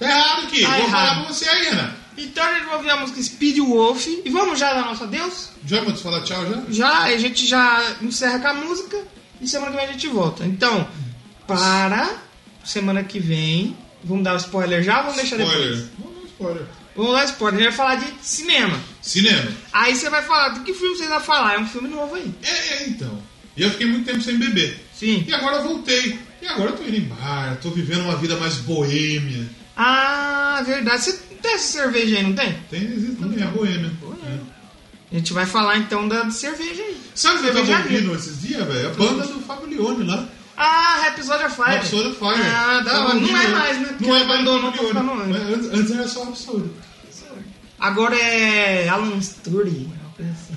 B: Tá errado aqui.
A: Tá
B: Vou
A: errado.
B: falar pra você aí, Renan.
A: Então a gente vai ouvir a música Speed Wolf. E vamos já dar nosso adeus?
B: Já vou te falar tchau já?
A: Já, a gente já encerra com a música e semana que vem a gente volta. Então, para semana que vem. Vamos dar um spoiler já ou vamos deixar depois?
B: Spoiler. Não, não, spoiler.
A: Vamos lá, spoiler. A gente vai falar de cinema.
B: Cinema.
A: Aí você vai falar, do que filme vocês vão falar? É um filme novo aí.
B: É, é, então. E eu fiquei muito tempo sem beber.
A: Sim.
B: E agora eu voltei. E agora eu tô indo em bar, tô vivendo uma vida mais boêmia.
A: Ah, verdade. Você tem essa cerveja aí, não tem?
B: Tem, existe também, a boêmia. É.
A: A gente vai falar então da de cerveja aí.
B: Sabe o que eu tava
A: Cervejaria.
B: ouvindo esses dias, velho? A banda do Fábio Leone lá.
A: Ah, Episódio of Fire.
B: Rhapsody of Fire.
A: Ah, da
B: Tava
A: hora. Não
B: ouvindo
A: é
B: ele.
A: mais, né? Porque
B: Não é
A: ele
B: mais
A: abandonou
B: do
A: pra ficar no
B: Leone.
A: ano.
B: Mas Antes, antes era só absurdo.
A: Agora é Alan Sturdy. uma coisa assim.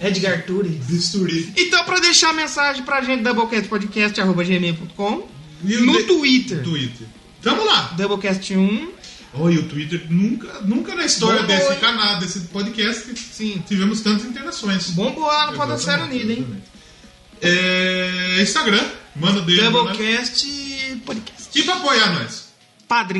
A: Edgar Turi.
B: Bisturi.
A: Então, pra deixar a mensagem pra gente, doublecastpodcast.gmail.com
B: E o
A: No
B: de-
A: Twitter.
B: Twitter. Tamo lá.
A: Doublecast1.
B: Olha, o Twitter nunca, nunca na história
A: Bom,
B: desse
A: hein?
B: canal, desse podcast,
A: Sim.
B: tivemos tantas interações.
A: Bombo lá no Podosfera
B: Exatamente,
A: Unida, hein?
B: exatamente. É, Instagram, manda dele. Né?
A: Doublecast Podcast.
B: E pra apoiar nós.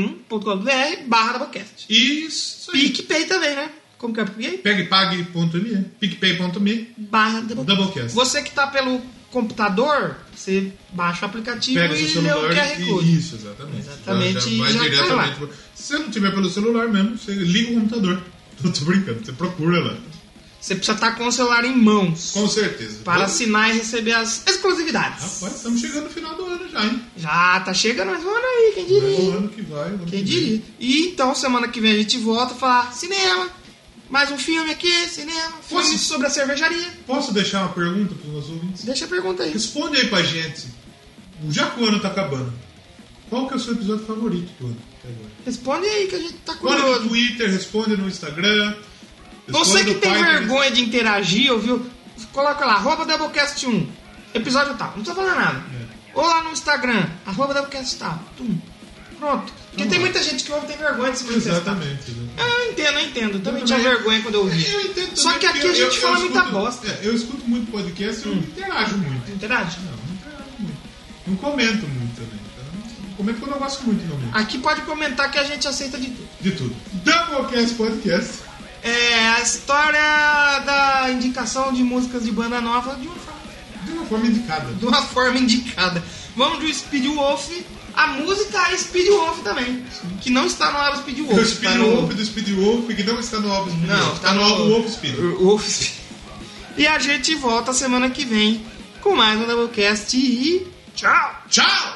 A: padrim.com.br barra Doublecast.
B: Isso aí.
A: PicPay também, né? Como que é PicPay?
B: PegPag.me, picpay.me,
A: Barra Doublecast.
B: Doublecast.
A: Você que tá pelo computador, você baixa o aplicativo
B: Pega
A: e
B: seu
A: lê o
B: celular
A: QR
B: e
A: Code.
B: isso, exatamente.
A: Exatamente,
B: Já, já vai
A: e já cai lá.
B: diretamente. pro- Se você não tiver pelo celular mesmo, você liga o computador. Não tô brincando, você procura lá.
A: Você precisa estar com o celular em mãos
B: Com certeza.
A: para
B: Pô,
A: assinar e receber as exclusividades.
B: Rapaz, estamos chegando no final do ano já, hein?
A: Já tá chegando, mas vamos aí, quem
B: É o
A: diria?
B: ano que vai. o ano
A: Quem
B: que vem.
A: diria? E então, semana que vem a gente volta a falar cinema, mais um filme aqui, cinema, filme
B: Posso-
A: sobre a cervejaria.
B: Posso deixar uma pergunta para os nossos ouvintes?
A: Deixa a pergunta aí.
B: Responde aí pra gente. Já que o ano tá acabando, qual que é o seu episódio favorito do ano? até agora?
A: Responde aí que a gente tá
B: Responde no
A: curioso.
B: Twitter, responde no Instagram.
A: Você
B: responde
A: que
B: no
A: tem
B: Pai,
A: vergonha de interagir, ouviu? Coloca lá, arroba Doublecast 1, episódio tal. Não tô falando nada.
B: É.
A: Ou lá no Instagram, arroba Doublecast tal. Tum. Pronto. Porque
B: Tum.
A: tem muita gente que ouve tem vergonha de se manifestar.
B: Exatamente. exatamente.
A: Eu entendo, eu entendo. Eu também
B: Eu
A: tinha
B: também.
A: vergonha quando eu ouvi.
B: Eu entendo
A: Só
B: também,
A: que aqui
B: porque
A: a gente fala muita
B: escuto-
A: bosta. Hum. Então.
B: é, eu escuto muito podcast e eu não interajo muito.
A: Interage?
B: Não, não interajo muito. Não comento muito também. Então, comento quando eu gosto muito também.
A: Aqui pode comentar que a gente aceita de tudo.
B: De tudo. Doublecast Podcast.
A: É a história da indicação de músicas de banda nova de um uma forma,
B: De uma forma indicada.
A: de uma forma indicada. Vamos do Speed Wolf. A música é Speed Wolf também. Que não está no álbum Speed Wolf.
B: Do
A: está
B: Speed
A: no-
B: Wolf, Tá do Speed Wolf, que não está no álbum Speed
A: Não,
B: Wolf.
A: tá
B: Está no
A: no-
B: álbum Wolf Speed.
A: Wolf Speed. E a gente volta semana que vem com mais um Doublecast e tchau!
B: Tchau!